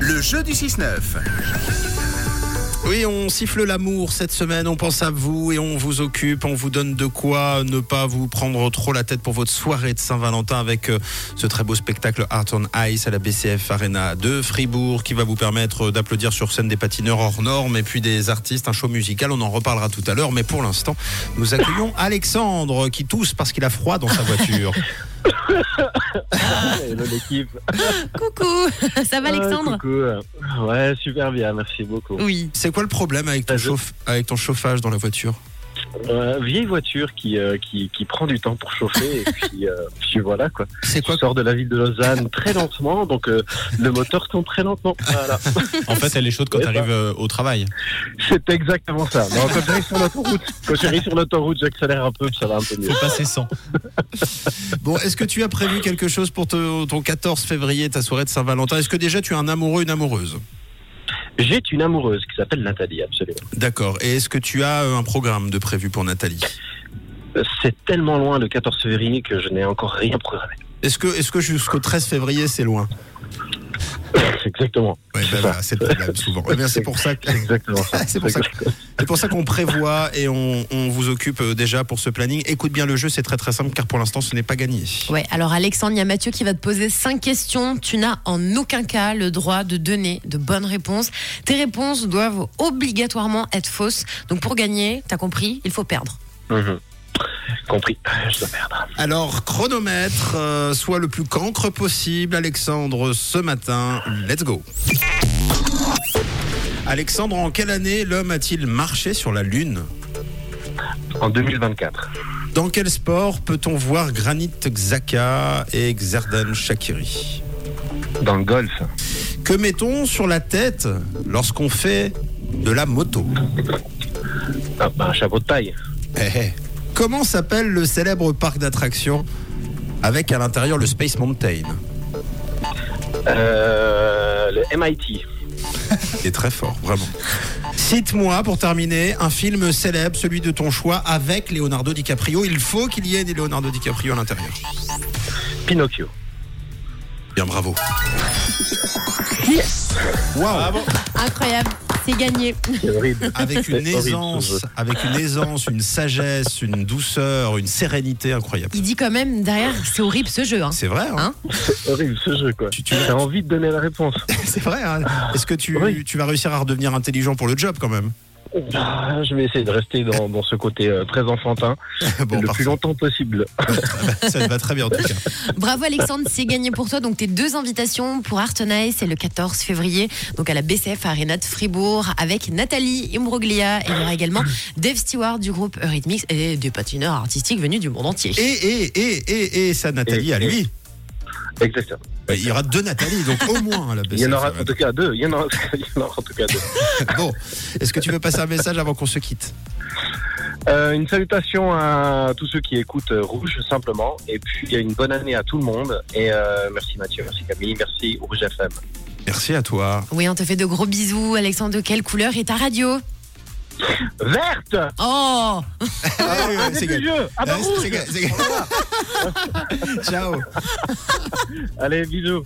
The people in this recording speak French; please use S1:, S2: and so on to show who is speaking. S1: Le jeu du 6-9.
S2: Oui, on siffle l'amour cette semaine, on pense à vous et on vous occupe, on vous donne de quoi ne pas vous prendre trop la tête pour votre soirée de Saint-Valentin avec euh, ce très beau spectacle Art on Ice à la BCF Arena de Fribourg qui va vous permettre euh, d'applaudir sur scène des patineurs hors normes et puis des artistes, un show musical, on en reparlera tout à l'heure, mais pour l'instant, nous accueillons Alexandre qui tousse parce qu'il a froid dans sa voiture.
S3: Hello l'équipe.
S4: Coucou, ça va Alexandre Mm.
S3: Ah, coucou. Ouais, super bien, merci beaucoup.
S4: Oui.
S2: C'est quoi le problème avec
S5: Bah,
S2: ton,
S3: Ah, je-
S2: chauffe- avec ton chauffage dans la voiture
S3: Euh, vieille voiture qui, euh, qui, qui prend du temps pour chauffer et puis, euh, puis voilà quoi.
S2: C'est
S3: Je
S2: quoi
S3: sors de la ville de Lausanne très lentement, donc euh, le moteur tourne très lentement. Voilà.
S5: En fait, elle est chaude quand
S3: Ouais,
S5: tu
S2: bah.
S5: arrives au travail.
S3: C'est exactement ça. Non, quand j'arrive sur l'autoroute, quand j'arrive sur l'autoroute, j'accélère un peu, puis ça va un peu mieux.
S5: Faut passer 100.
S2: Bon, est-ce que tu as prévu quelque chose pour te- ton 14 février, ta soirée de Saint-Valentin Est-ce que déjà tu as un amoureux, une amoureuse
S3: J'ai une amoureuse qui s'appelle Nathalie, absolument.
S2: D'accord. Et est-ce que tu as euh, un programme de prévu pour Nathalie
S3: Euh, C'est tellement loin le 14 février que je n'ai encore rien programmé.
S2: Est-ce que, est que jusqu'au 13 février, c'est loin
S3: C'est exactement.
S2: Oui,
S3: ça.
S2: c'est le problème souvent. Eh bien, c'est pour ça que-
S3: C'est exactement ça.
S2: C'est pour ça que- c'est pour ça qu'on prévoit et on, on vous occupe euh, déjà pour ce planning. Écoute bien le jeu, c'est très très simple car pour l'instant, ce n'est pas gagné.
S4: Ouais, alors Alexandre, il y a Mathieu qui va te poser cinq questions. Tu n'as en aucun cas le droit de donner de bonnes réponses. Tes réponses doivent obligatoirement être fausses. Donc pour gagner, t'as compris, il faut perdre.
S3: Mhm. Compris. Ah, Je dois perdre.
S2: Alors, chronomètre, euh, soit le plus cancre possible, Alexandre, ce matin, let's go. Alexandre, en quelle année l'homme a-t-il marché sur la Lune
S3: En 2024.
S2: Dans quel sport peut-on voir Granit Xhaka et Xherdan Shakiri
S3: Dans le golf.
S2: Que met-on sur la tête lorsqu'on fait de la moto
S3: Ah, bah, un chapeau de paille.
S2: Eh, eh. Comment s'appelle le célèbre parc d'attractions avec à l'intérieur le Space Mountain
S3: Euh, le MIT.
S2: est très fort, vraiment. Cite-moi pour terminer un film célèbre, celui de ton choix, avec Leonardo DiCaprio. Il faut qu'il y ait des Leonardo DiCaprio à l'intérieur.
S3: Pinocchio.
S2: Bien, bravo. Waouh
S4: Incroyable, c'est gagné.
S3: C'est horrible.
S2: Avec une
S3: C'est horrible, ce jeu.
S2: aisance, avec une aisance, une sagesse, une douceur, une sérénité incroyable.
S4: Il dit quand même derrière, c'est horrible ce jeu. hein.
S2: C'est vrai, hein
S4: Hein
S3: horrible ce jeu, quoi.
S2: Tu- tu-
S3: T'as envie de donner la réponse.
S2: C'est vrai. hein Est-ce que tu,
S3: Oui.
S2: tu vas réussir à redevenir intelligent pour le job quand même
S3: Ah, je vais essayer de rester dans, dans ce côté euh, très enfantin
S2: Bon,
S3: le
S2: parfait.
S3: plus longtemps possible.
S2: ça te va très bien en tout cas.
S4: Bravo Alexandre, c'est gagné pour toi. Donc tes deux invitations pour Artenay, c'est le 14 février, donc à la BCF Arena de Fribourg, avec Nathalie Imbroglia. Et il y aura également Dave Stewart du groupe Eurythmics et des patineurs artistiques venus du monde entier.
S2: Et, et, et, et, et, ça, Nathalie,
S3: Et-
S2: à lui.
S3: Exactement.
S2: Bah, Il y aura deux Nathalie, donc au moins à la
S3: Il y en
S2: BCF,
S3: aura
S2: ça va.
S3: en tout cas deux. Il y en aura, il y en aura en tout cas deux.
S2: Bon, est-ce que tu veux passer un message avant qu'on se quitte
S3: Euh, une salutation à tous ceux qui écoutent euh, Rouge simplement. Et puis une bonne année à tout le monde. Et euh, merci Mathieu, merci Camille, merci Rouge FM.
S2: Merci à toi.
S4: Oui, on te fait de gros bisous. Alexandre, de quelle couleur est ta radio
S3: Verte
S4: Oh
S2: Ah ouais, ouais,
S3: Arrêtez
S2: c'est
S3: le
S2: gagné.
S3: jeu Ah bah
S2: Ouais,
S3: rouge
S2: c'est gagné, c'est gagné. Ciao.
S3: Allez, bisous